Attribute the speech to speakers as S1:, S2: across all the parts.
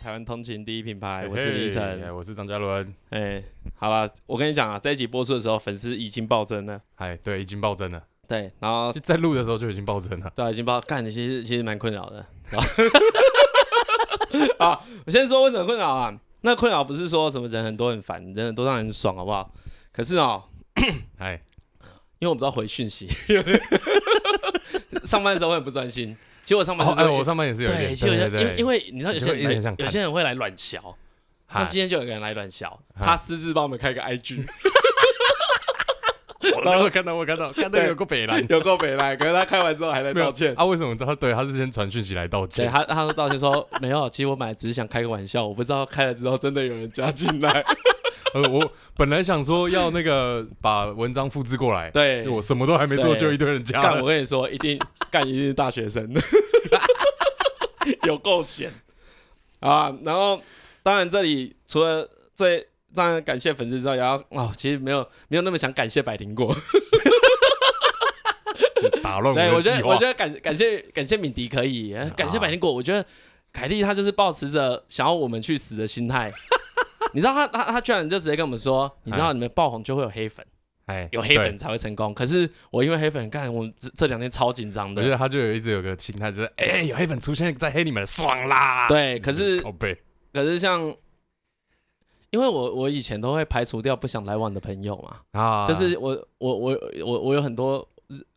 S1: 台湾通勤第一品牌，
S2: 哎
S1: 我是李晨。
S2: 哎我是张嘉伦。
S1: 哎、好了，我跟你讲啊，这一集播出的时候，粉丝已经暴增了。
S2: 哎，对，已经暴增了，
S1: 对，然后
S2: 就在录的时候就已经暴增了。
S1: 对啊、已经暴干，其实其实蛮困扰 的。啊，我先说为什么困扰啊？那困扰不是说什么人很多很烦，人很多让人爽，好不好？可是哦，
S2: 哎，
S1: 因为我不知道回讯息， 上班的时候会很不专心。其实我上班
S2: 哦
S1: 的时
S2: 哎，
S1: 候、
S2: 我上班也是有一
S1: 对，
S2: 点，
S1: 其实有些
S2: 对对
S1: 因为因为你知道有些
S2: 你就会有点
S1: 人
S2: 想
S1: 来有
S2: 看
S1: 些人会来乱笑，像
S2: 嗨
S1: 今天就有个人来乱笑，
S2: 嗨
S1: 他私自帮我们开个 IG，
S2: 哦我看到我看到看到
S1: 对
S2: 有个北兰，
S1: 有够北来，可是他开完之后还在
S2: 没有
S1: 道歉。
S2: 啊？为什么你知道？对，他是先传讯息来道
S1: 对
S2: 歉。
S1: 他，他说道歉说没有，其实我本来只是想开个玩笑，我不知道开了之后真的有人加进来。
S2: 呃，我本来想说要那个把文章复制过 来，
S1: 对，
S2: 就我什么都还没做，
S1: 对
S2: 就一堆人加
S1: 干，
S2: 了
S1: 我。跟你说，一定干，一定是大学生， 有够闲 啊！然后，当然这里除了最当然感谢粉丝之外，也要哦，其实没有没有那么想感谢百灵果。
S2: 打乱
S1: 对，我
S2: 的
S1: 觉
S2: 计
S1: 得我
S2: 划啊
S1: 觉。得感感谢感谢敏迪可以，呃感谢百灵果，我觉得凯莉她就是抱持着想要我们去死的心 态。你知道她她她居然就直接跟我们说，你知道你们爆红就会有黑粉，
S2: 哎，
S1: 有黑
S2: 对
S1: 粉才会成功。可是我因为黑粉，干我这这两天超紧张
S2: 我觉
S1: 的。
S2: 得他就有一直有个心态，就是哎，有黑粉出现在黑你们，爽啦！
S1: 对，
S2: 嗯，
S1: 可是
S2: 靠背，
S1: 可是像，因为我我以前都会排除掉不想来往的朋友嘛，
S2: 啊，
S1: 就是我我我我我有很多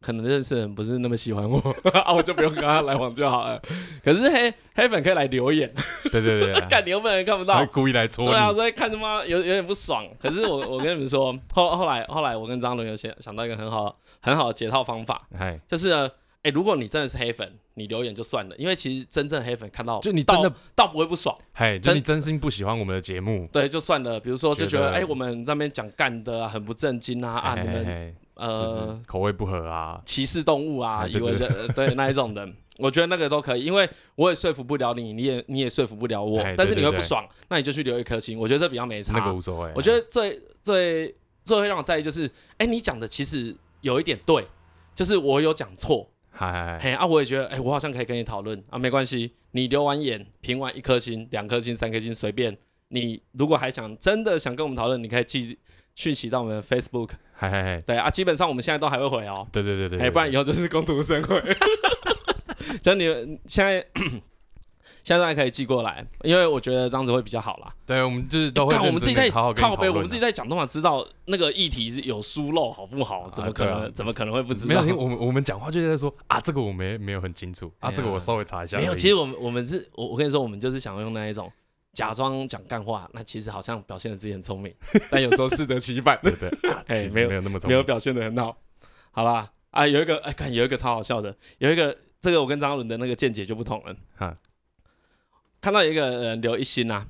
S1: 可能认识的人不是那么喜欢我 啊，我就不用跟他来往就好了。可是黑黑粉可以来留言，
S2: 对对对对，
S1: 干你又不能看不
S2: 他
S1: 到
S2: 会，故意来戳
S1: 对啊，
S2: 啊你。
S1: 所以看他妈有有点不爽。可是我我跟你们说，后后来后来我跟张伦有想想到一个很好很好的解套方法，
S2: 哎，
S1: 就是呢，哎、如果你真的是黑粉，你留言就算了，因为其实真正黑粉看到
S2: 就你真的
S1: 倒倒不会不爽。
S2: 嘿，就
S1: 真
S2: 你真心不喜欢我们的节目，
S1: 对，就算了。比如说，就觉
S2: 觉
S1: 得
S2: 得
S1: 哎、我们那边讲干的啊，很不正经啊啊，
S2: 嘿
S1: 你
S2: 嘿
S1: 们
S2: 嘿就是
S1: 呃
S2: 口味不合啊，
S1: 歧视动物啊，
S2: 哎
S1: 以
S2: 对
S1: 为
S2: 对
S1: 人 对那一种的，我觉得那个都可以，因为我也说服不了你，你也你也说服不了我
S2: 哎，对
S1: 但是
S2: 对
S1: 你会
S2: 对
S1: 不爽，那你就去留一颗心，我觉得这比较没差。
S2: 那个无所谓。啊
S1: 我觉得最最最会让我在意就是，哎、你讲的其实有一点对，就是我有讲错，
S2: 嗨，嗨嗨
S1: 嘿啊，我也觉得，哎、我好像可以跟你讨论啊，没关系，你留完言评完一颗星、两颗星、三颗星随便，你如果还想真的想跟我们讨论，你可以寄讯息到我们的 Facebook，
S2: 嗨嗨嗨，
S1: 对啊，基本上我们现在都还会回哦，
S2: 对对对对，
S1: 哎、
S2: 对
S1: 不然以后就是工读生 会，就你们现在 现在当然可以寄过来，因为我觉得这样子会比较好啦。
S2: 对我们就是都哦会
S1: 看我们
S2: 认
S1: 自己
S2: 真
S1: 在
S2: 地好好跟你
S1: 靠
S2: 讨
S1: 背，
S2: 论啊
S1: 我们自己在讲的话，知道那个议题是有疏漏，好不好？
S2: 啊
S1: 怎么可能？
S2: 对啊
S1: 怎么可能会不知
S2: 没
S1: 道？
S2: 有听我们我们讲话就是在说啊，这个我没没有很清楚
S1: 哎
S2: 啊，
S1: 呀
S2: 这个我稍微查一下而 已。
S1: 没有其实我们我们是我我跟你说，我们就是想用那一种假装讲干话，那其实好像表现的自己很聪 明，但有时候适得其反，
S2: 对对，对啊
S1: 哎
S2: 其实
S1: 没有
S2: 没有那么聪
S1: 没有
S2: 明。
S1: 表现的很好。好啦，啊，有一个哎，看有一个超好笑的，有一个这个我跟张伦的那个见解就不同了
S2: 哈。
S1: 看到有一个人留一心啊，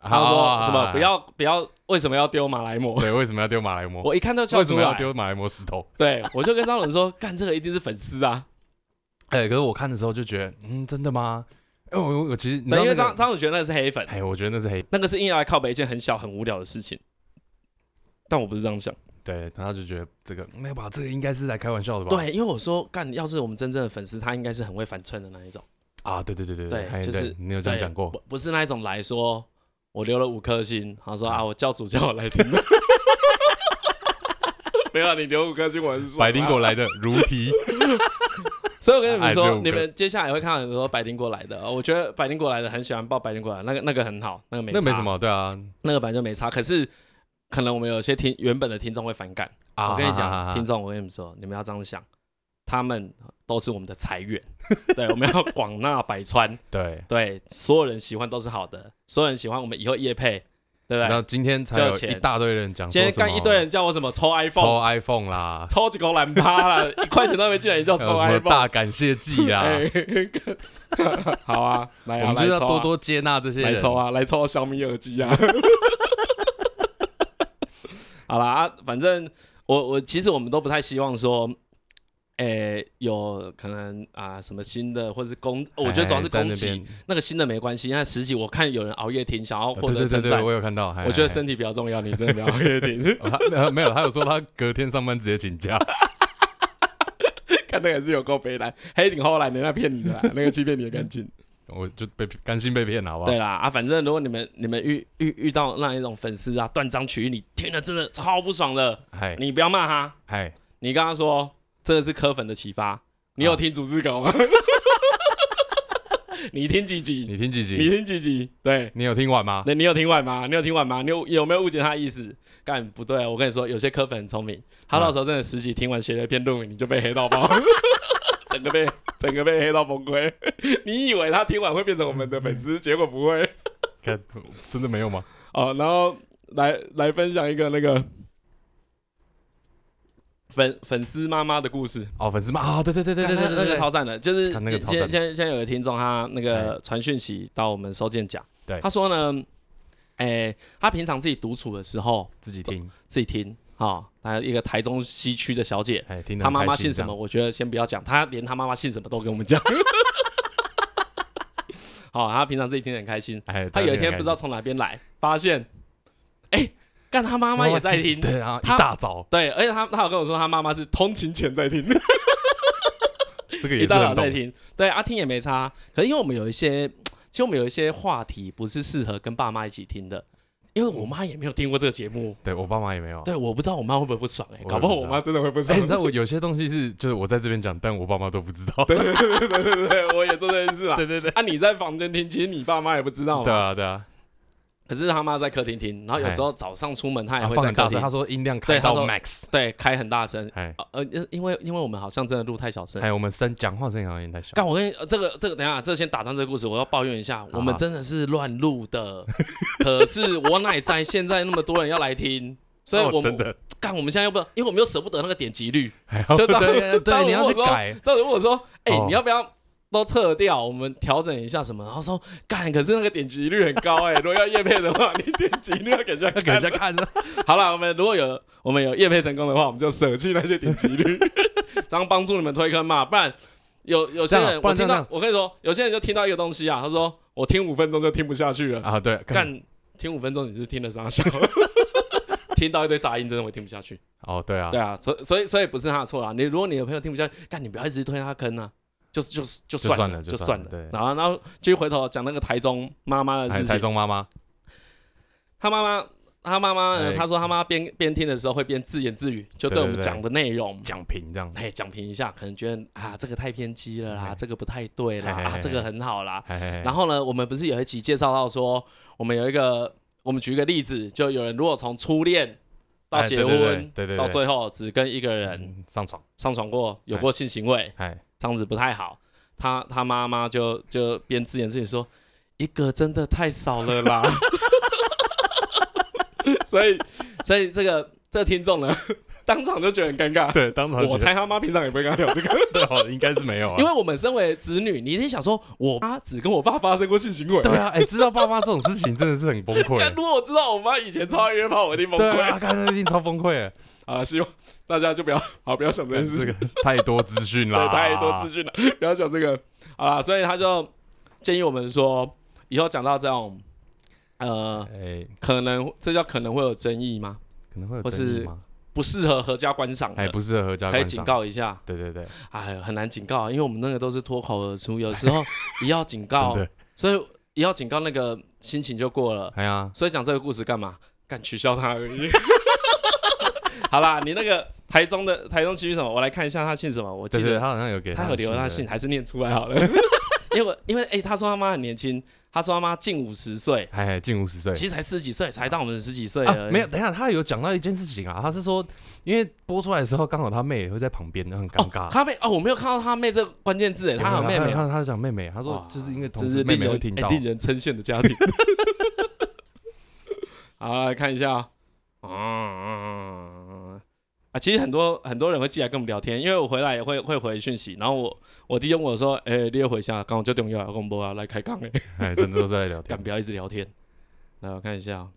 S1: 他
S2: 啊
S1: 说什么不？要不要，为什么要丢马来貘？
S2: 对，为什么要丢马来貘？
S1: 我一看到笑
S2: 为什
S1: 出
S2: 么要
S1: 来，
S2: 丢马来貘石头？
S1: 对，我就跟张伦说，干这个一定是粉丝啊，
S2: 哎，可是我看的时候就觉得，嗯，真的吗？哎，我我我其实你知
S1: 对，
S2: 道
S1: 因为
S2: 那
S1: 张
S2: 个，
S1: 张伦觉得那个是黑粉，
S2: 哎，我觉得那是黑，
S1: 那个是硬要来靠北一件很小很无聊的事情，但我不是这样想。
S2: 对，他就觉得这个没有吧，这个应该是在开玩笑的吧？
S1: 对，因为我说干，要是我们真正的粉丝，他应该是很会反串的那一种，
S2: 啊，对对对对
S1: 对
S2: 哎
S1: 就
S2: 对
S1: 是
S2: 你有这样讲过
S1: 不不是那一种来说，我留了五颗星，然后说
S2: 啊
S1: 啊，我教主叫我来听。 没有啊，你留五颗星我还是爽啊
S2: 百灵果来的如题，
S1: 所以我跟你们
S2: 还
S1: 说
S2: 是，五个
S1: 你们接下来会看到很多百灵果来的，呃我觉得百灵果来的很喜欢报百灵果来的，那个那个很好， 那个没
S2: 那没
S1: 差
S2: 什，么，对啊
S1: 那个本来就没差。可是可能我们有些听原本的听众会反感，
S2: 啊！
S1: 我跟你讲，
S2: 啊
S1: 听众，我跟你们说，你们要这样想，他们都是我们的财源， 对，我们要广纳百川，
S2: 对，
S1: 对，所有人喜欢都是好的，所有人喜欢我们以后业配，对不
S2: 然
S1: 对
S2: 后？今天才
S1: 就
S2: 有
S1: 钱
S2: 一大堆人讲说
S1: 今
S2: 什么，
S1: 天刚一堆人叫我什么抽 iPhone，
S2: 抽啊 iPhone 啦，
S1: 抽几口懒趴啦，一块钱都没进来，你叫
S2: 还
S1: 抽
S2: 有什么
S1: iPhone，
S2: 大感谢祭啦，
S1: 哎 好啊，来
S2: 我
S1: 啊，
S2: 们就
S1: 来
S2: 是要
S1: 抽
S2: 多
S1: 啊，
S2: 多接纳这些
S1: 来
S2: 人。
S1: 抽啊，来抽小米耳机啊。 好啦，啊反正我我其实我们都不太希望说，诶、有可能啊、什么新的或是攻，我觉得主要是
S2: 哎在那
S1: 攻击
S2: 边，
S1: 那个新的没关系，因为十几我看有人熬夜听，想要获
S2: 对
S1: 得
S2: 对对
S1: 称
S2: 对，
S1: 赞，
S2: 我有看到，嘿
S1: 我觉得。
S2: 嘿
S1: 身体比较重要，你真的不要熬 夜听，
S2: 哦他没有没有，他有说他隔天上班直接请假，
S1: 看那个也是有够悲蓝，黑顶后来人家骗你的啦，那个欺骗你的干净。
S2: 我就被甘心被骗了，好不好？
S1: 对啦啊，反正如果你们你们遇遇遇到那一种粉丝啊断章取义，你听了真的超不爽的，
S2: 嗨
S1: 你不要骂他，
S2: 嗨，
S1: 你跟他说这个是柯粉的启发，你有
S2: 啊
S1: 听组织狗吗？你听几集？
S2: 你听几
S1: 你
S2: 集？
S1: 听几集？对，
S2: 你有听完吗？
S1: 那你有听完吗？你有听完吗？你有有没有误解他的意思？干不对，啊我跟你说，有些科粉很聪明，他
S2: 啊
S1: 到时候真的十集听完写了一篇论文，你就被黑到爆， 整个被整个被黑到崩溃。 你以为他听完会变成我们的粉丝，结果不会。
S2: 看，真的没有吗？
S1: 哦，然后来来分享一个那个粉粉丝妈妈的故事。
S2: 哦，粉丝嘛，啊，对对对对对对 对，
S1: 那个超赞的，就是
S2: 看那个
S1: 今
S2: 超
S1: 今
S2: 赞哎
S1: 现在现在有个听众，他那个传讯息到我们收件夹，
S2: 对
S1: 他说呢，哎，他平常自己独处的时候
S2: 自己听，
S1: 自己听啊，还有一个台中西区的小姐，
S2: 哎，听得
S1: 她
S2: 很
S1: 妈妈
S2: 开心
S1: 姓什么？？我觉得先不要讲，她连她妈妈姓什么都跟我们讲。 好，她平常自己听得很开心，
S2: 这样哎，
S1: 她有一天不知道
S2: 他
S1: 从哪边来，发现，哎，干她妈妈也在听，
S2: 对啊，一
S1: 他
S2: 大早，
S1: 对，而且她她有跟我说，她妈妈是通勤前在听。
S2: 这个也
S1: 一
S2: 是
S1: 大早
S2: 很
S1: 在
S2: 懂，
S1: 听，对啊，听也没差。可是因为我们有一些，其实我们有一些话题不是适合跟爸妈一起听的，因为我妈也没有听过这个节目，
S2: 对我爸妈也没有啊。
S1: 对，我不知道我妈会不会不爽哎、
S2: 我也
S1: 搞不好
S2: 不
S1: 我
S2: 知道
S1: 妈真的会不
S2: 哎，
S1: 爽
S2: 你。知道我有些东西是，就是我在这边讲，但我爸妈都不知道。
S1: 对啊对对对，我也做这件事嘛。
S2: 对对对，
S1: 啊，你在房间听，其实你爸妈也不知道
S2: 对
S1: 嘛。
S2: 啊对啊，
S1: 可是他妈在客厅听，然后有时候早上出门他也
S2: 啊
S1: 会
S2: 放
S1: 在
S2: 很
S1: 客
S2: 大声，
S1: 厅
S2: 他，说音量
S1: 对
S2: 开
S1: 他
S2: 到
S1: 说
S2: max，
S1: 对，开很大声。
S2: 哎
S1: 呃，因因为因为我们好像真的录太小声。
S2: 哎，我们声讲话声音好像有点太小，
S1: 干，我跟你、呃这个这个，等一下，这先打断这个故事，我要抱怨一下，我们真的是乱录的。可是我奶在现在那么多人要来听，所以
S2: 哦
S1: 我们、
S2: 真的，
S1: 干，我们现在又不，因为我们又舍不得那个点击率，
S2: 哎好
S1: 就当
S2: 对
S1: 当
S2: 对，你要
S1: 我
S2: 去
S1: 说
S2: 改，
S1: 这人问我说，哎、
S2: 哦
S1: 你要不要？都撤掉，我们调整一下什么？然后说干，可是那个点击率很高哎、如 果要叶配的话，你点击率要给人家
S2: 要
S1: 看
S2: 给人家看啊。
S1: 好了，我们如果有我们有业配成功的话，我们就舍弃那些点击 率，这样帮助你们推坑嘛。不然有有些
S2: 这
S1: 人
S2: 样，不
S1: 我
S2: 然
S1: 听
S2: 这
S1: 到
S2: 样啊
S1: 我跟你说，有些人就听到一个东西啊，他说我听五分钟就听不下去了，
S2: 啊，对，干
S1: 干听五分钟你是听得啥笑？ 听到一堆杂音，真的我听不下去。
S2: 哦，对啊
S1: 对，啊，所以所以所以不是他的错啊啦。你如果你的朋友听不下去，干你不要一直推他坑啊，就就就
S2: 就
S1: 算
S2: 算
S1: 了，
S2: 了就
S1: 就
S2: 算
S1: 算
S2: 了对
S1: 然后然后继续回头讲那个台中妈妈的
S2: 哎
S1: 事
S2: 台
S1: 情，
S2: 中妈妈，
S1: 他妈妈，他妈妈呢，
S2: 哎
S1: 他说他妈妈边边听的时候会边自言自语，就对我们
S2: 对对对
S1: 讲的内容，
S2: 讲评这样，
S1: 哎，讲评一下，可能觉得啊这个太偏激了啦，
S2: 哎
S1: 这个不太对啦，
S2: 哎哎哎
S1: 啊
S2: 哎
S1: 这个很好啦。
S2: 然
S1: 然后呢，我们不是有一集介绍到说，我们有一个，我们举一个例子，就有人如果从初恋到
S2: 哎
S1: 结
S2: 对对对
S1: 婚，
S2: 对对对嗯
S1: 到最后只跟一个人
S2: 上床，
S1: 上床过，有过性行为，
S2: 哎，
S1: 这样子不太好。他他妈妈就就边自言自语说：“一个真的太少了 啦。”所以 所以这个这个听众呢， 当场就觉得很尴尬。
S2: 对，当场
S1: 我
S2: 觉
S1: 猜他妈平常也不会跟他聊这个，
S2: 得对 哦，应该是没有啊，
S1: 因为我们身为子女，你一定想说，我妈只跟我爸发生过性行为。
S2: 对啊，哎，知道爸妈这种事情真的是很崩
S1: 干，
S2: 溃，
S1: 如果我知道我妈以前超爱约炮，我一定崩
S2: 对
S1: 溃。
S2: 啊，看一定超崩溃，
S1: 好了，希望大家就不要好不要想这件事
S2: 这
S1: 情
S2: 个，太多资 讯
S1: 对，
S2: 啦，
S1: 太多资讯了， 不要讲这个啊。所以他就建议我们说，以后讲到这种，呃，
S2: 哎，
S1: 可能这叫可能会有争议吗？
S2: 可能会有
S1: 或
S2: 争议
S1: 是
S2: 吗？
S1: 不适合合家观赏
S2: 哎，
S1: 的，
S2: 不适合合家
S1: 可以
S2: 观
S1: 警
S2: 赏，
S1: 告一下。
S2: 对对对，
S1: 哎，很难警告啊，因为我们那个都是脱口而出，有 时候一要警
S2: 真
S1: 告，
S2: 的，
S1: 所以一要警告那个心情就过了。
S2: 哎呀，
S1: 所以讲这个故事干嘛？干取消他而 已。 好啦，你那个台中的台中区什么？我来看一下他姓什么，我记
S2: 对
S1: 得
S2: 对，他好像有给
S1: 他有留
S2: 他
S1: 他
S2: 的
S1: 信，
S2: 对，
S1: 还是念出来好 了。因为我因为哎、他说他妈很年轻，他说他妈近五十岁，
S2: 哎，哎近五十岁，
S1: 其实呃才十几岁，才到我们十几岁而
S2: 啊，
S1: 已
S2: 没有，。等一下他有讲到一件事情啊，他是说，因为播出来的时候刚好他妹也会在旁边，很尴尬。
S1: 哦，他妹哦，我没有看到他妹这个关键字哎，他有妹妹哦，
S2: 他他讲妹妹，他说
S1: 哇
S2: 就是因为同
S1: 真
S2: 事
S1: 是
S2: 妹
S1: 令
S2: 妹
S1: 人
S2: 会听
S1: 哎
S2: 到，
S1: 令人称羡的家庭。 好，来看一下啊嗯嗯，嗯啊，其实很多很多人会寄来跟我们聊天，因为我回来也会会回讯息，然后我我弟就问我说，哎、你也回一下，刚好就重要，我讲不啊，来开杠哎。
S2: 哎，真的都在聊天
S1: 干，不要一直聊天。来，我看一下哦。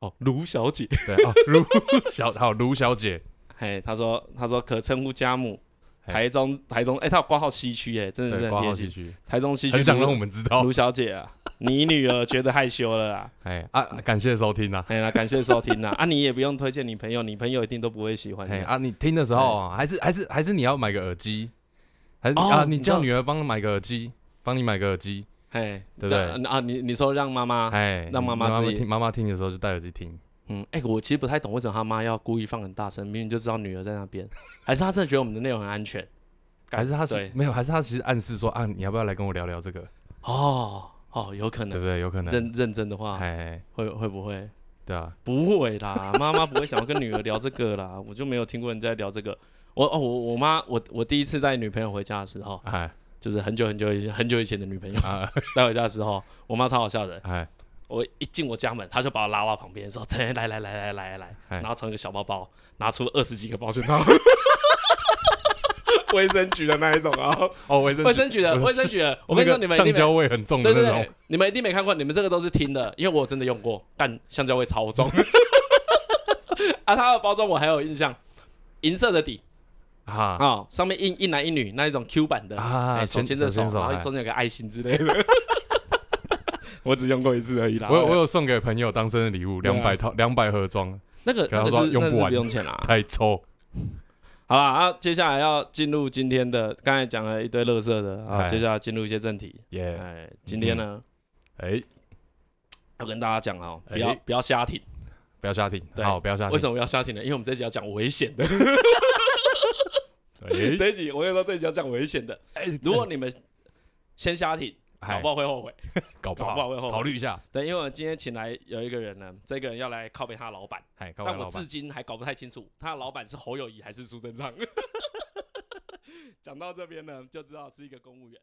S1: 哦，卢小姐，
S2: 对哦，卢小好卢小姐，
S1: 嘿，她说，她说可称呼家母，
S2: 嘿
S1: 台中，台中，哎、她有挂号西区，哎，真的
S2: 对，
S1: 是
S2: 挂
S1: 很
S2: 号
S1: 贴
S2: 戏
S1: 心。
S2: 区，
S1: 台中西区
S2: 很想让我
S1: 卢
S2: 们知道
S1: 卢，小姐啊，你女儿觉得害羞了 啦。
S2: 哎啊，感谢收听啊，
S1: 哎啦，感谢收听啦。啊，你也不用推荐你朋友，你朋友一定都不会喜欢你
S2: 哎。啊，你听的时候啊还是还是还是你要买个耳机，还是
S1: 哎哦
S2: 啊，
S1: 你
S2: 你
S1: 知道
S2: 叫女儿帮她买个耳机，帮你买个耳机，
S1: 嘿，
S2: 对不对
S1: 这样啊，你你说让妈妈，
S2: 哎，
S1: 让妈妈自己
S2: 听，妈妈听的时候就戴耳机听，
S1: 嗯，哎、我其实不太懂为什么他妈要故意放很大声，明明就知道女儿在那边，还是他真的觉得我们的内容很安全？干
S2: 还是他其
S1: 对
S2: 没有，还是他其实暗示说啊，你要不要来跟我聊聊这个，
S1: 哦哦，有可
S2: 对
S1: 能
S2: 不对？有可能，
S1: 认认真的啊话，
S2: 哎，
S1: 会会不会？
S2: 对啊，
S1: 不会 啦，妈妈不会想要跟女儿聊这个啦，我就没有听过人在聊这个。我哦，我我妈，我我第一次带女朋友回家的时候，
S2: 哎
S1: 就是很久很久以前很久以前的女朋友
S2: 啊
S1: 带回家的时候，我妈超好笑的。
S2: 哎
S1: 我一进我家门，她就把我拉到旁边说：“ 陈，来来来来来来，
S2: 哎
S1: 然后从一个小包包拿出二十几个保险套，卫生局的那一种啊，然后
S2: 哦， 卫生
S1: 卫
S2: 纸
S1: 生局的
S2: 我
S1: 卫生局的，我
S2: 那
S1: 跟你说，你
S2: 个
S1: 们一
S2: 橡
S1: 定没
S2: 胶味很重的
S1: 对对
S2: 嗯那种
S1: 对，，你们一定没看过，你们这个都是听的，因为我真的用过，但橡胶味超重。 啊，它的包装我还有印象，银色的底
S2: 啊
S1: 啊、上面印一男一女那一种 Q 版的，
S2: 啊
S1: 哎手
S2: 牵
S1: 牵着
S2: 手
S1: 手，
S2: 牵手
S1: 然后
S2: 哎
S1: 中间有个爱心之类 的。我只用过一次而已啦。
S2: 我有我有送给朋友当生日礼物，
S1: 对啊啊
S2: 两百套两百盒装，
S1: 那个
S2: 跟
S1: 那
S2: 他
S1: 个
S2: 说
S1: 是
S2: 用
S1: 那
S2: 不
S1: 个是
S2: 完
S1: 不用钱啦。
S2: 太臭。
S1: 好啦，啊，接下来要进入今天的，刚才讲了一堆乐色的啊，
S2: 哎
S1: 接下来进入一些正题。
S2: 耶，
S1: 哎，今天呢
S2: 哎，
S1: 要跟大家讲哦，不要
S2: 哎
S1: 不要瞎听。
S2: 不要瞎听，
S1: 对
S2: 好，不要瞎听。
S1: 为什么要瞎听呢？因为我们这一集要讲危险的。
S2: 哎？
S1: 这一集我跟你说，这一集要讲危险的。如果你们先瞎听，搞
S2: 哎
S1: 不好会后悔。
S2: 搞不
S1: 搞不好会后悔
S2: 考虑一下。
S1: 对，因为我今天请来有一个人呢，这个人要来靠背他老板，
S2: 哎，搞不好
S1: 但我
S2: 老板
S1: 至今还搞不太清楚他的老板是侯友谊还 是苏贞昌。讲到这边呢，就知道是一个公务员。